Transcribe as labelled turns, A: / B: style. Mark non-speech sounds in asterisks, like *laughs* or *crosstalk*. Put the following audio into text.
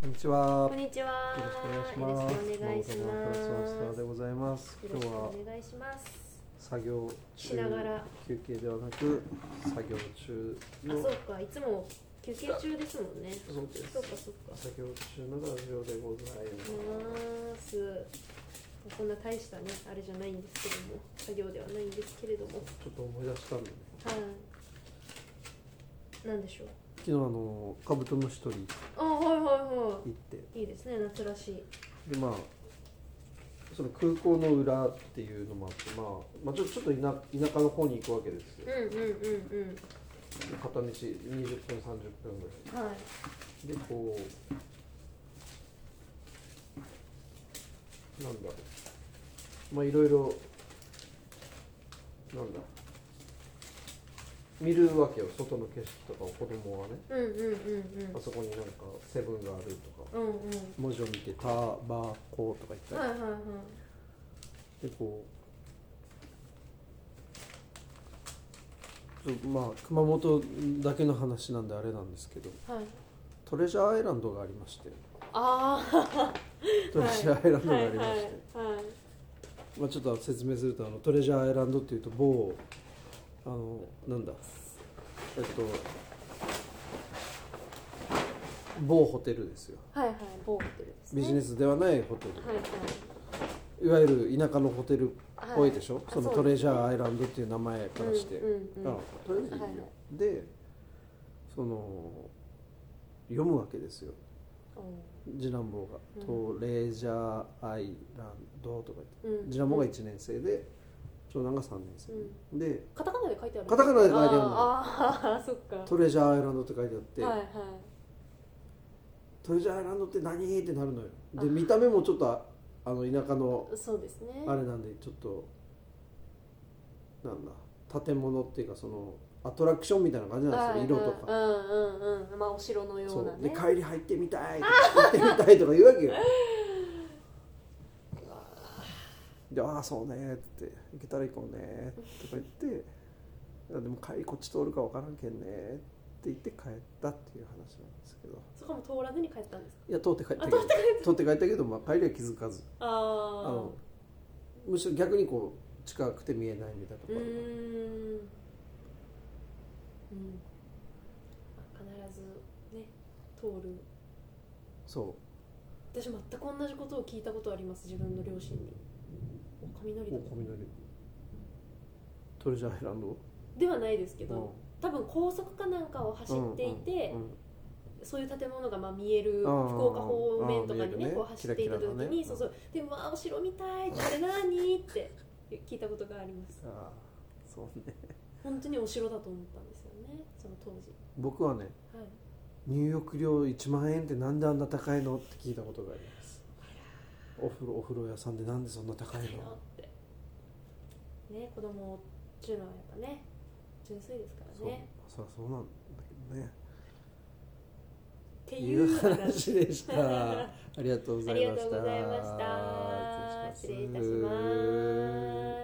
A: こんにちは。
B: こんにちは。
A: よろしくお願いします。
B: よろしくお願いしま
A: マモトさんプラスワンスター
B: す。
A: でございます。
B: よ
A: 今
B: ろし
A: 日
B: く
A: は
B: お願いします。
A: 作業
B: しなが
A: 中
B: ら、
A: 休憩ではなく作業中
B: あ、
A: の
B: そうか、いつも休憩中ですもんね。
A: そうです
B: そうか、そうか。
A: 作業中のラジオでございま
B: ます。そんな大したね、あれじゃないんですけども、作業ではないんですけれども。は
A: す。ちょっと思い出したんで、ね、
B: い。なんでしょう。
A: 昨日あのカブトムシ取り
B: あ、はいは
A: 行って
B: いはい。いいですね、夏らしい。
A: でまあ。その空港の裏っていうのもあって、まあ、まあ、ちょちょっと田田舎の方に行くわけです
B: うん
A: よ。
B: うんうん
A: 片道20分、30分ぐらい。
B: うん。はい。
A: でこうなんだろうまあいろいろなんだ見るわけよ外の景色とかを子供はね
B: うんうんうん
A: あそこになんかセブンがあるとか
B: うん。うんうん。
A: 文字を見て「タバコ」とか言ったり
B: はいはいはい。
A: でこうちょまあ熊本だけの話なんであれなんですけど
B: はい。
A: トレジャーアイランドがありまして
B: ああ。
A: トレジャーアイランドがありまして、
B: はいはいはい
A: まあ、ちょっと説明するとあのトレジャーアイランドっていうと某あのなんだえっと某ホテルですよ
B: はいはい、某ホテルですね。
A: ビジネスではないホテ
B: はいはい。
A: ルいわゆる田舎のホテルっぽいでしょ、
B: はいあ
A: その
B: そう
A: トレジャーアイランドっていう名前
B: う
A: か
B: ん
A: らして、
B: うんうん
A: あとりあえずいいよ、
B: はいはい
A: でその読むわけですよ次男坊が「
B: う
A: トレジャーアイランド」とか言って
B: うんうん
A: 次男坊が1年生で長男が3年生、で
B: カタカナで書いてある
A: カタカナで書いてあるの
B: あーあー、そっか。
A: トレジャーアイランドって書いてあって、
B: はいはい。
A: トレジャーアイランドって何ってなるのよ
B: あ
A: で見た目もちょっとああの田舎の
B: そうですね。
A: あれなんでちょっとなんだ建物っていうかそのアトラクションみたいな感じなんですよ色とか、
B: はいはいうんうんうん。まあ、お城のよ
A: そう
B: な
A: うで
B: ね。
A: 帰り入ってみたいとか行ってみたいとか言うわ
B: *laughs*
A: けよで「ああそうね」って「行けたら行こうね」とか言って「いやでも帰りこっち通るか分からんけんね」って言って帰ったっていう話なんですけど
B: そこも通らずに帰ったんですか
A: いや通って帰ったけど通って帰ったけど、まあ、帰りは気づかずあ
B: あ
A: のむしろ逆にこう近くて見えないみたいなと
B: あ。う
A: ころ
B: ーん
A: が。
B: うん。まあ必ずね、通る。
A: そ
B: 私全く同じことを聞いたことあります自分の両親にお雷
A: うお
B: だ
A: 雷トレジャーアイランド
B: ではないですけど、
A: うん
B: 多分高速かなんかを走っていて、
A: うんうんうん
B: そういう建物がまあ見える福
A: あー
B: 岡方面とかに
A: あー見える
B: ね
A: ね
B: こう走っていた時
A: キラキラ
B: に
A: のね
B: そうそうで「うわーお城見たい」って「あれ何?」って聞いたことがあります
A: ああそうね
B: 本当にお城だと思ったんですよねその当時
A: 僕はね
B: はい
A: 入浴料1万円ってなんであんな高いのって聞いたことがありますお風呂お風呂屋さんでなんでそんな高い
B: 高
A: の
B: いなってね子供っていうのはやっぱね純粋ですから
A: そう
B: ね
A: そりゃそうなんだけどね
B: って
A: い
B: いう
A: う
B: 話
A: 話でした *laughs* ありがとうご
B: あ
A: ざ
B: り
A: い
B: が
A: ま
B: と
A: し
B: う
A: た
B: ございました。失礼いた
A: 失礼いた
B: し
A: します
B: ます。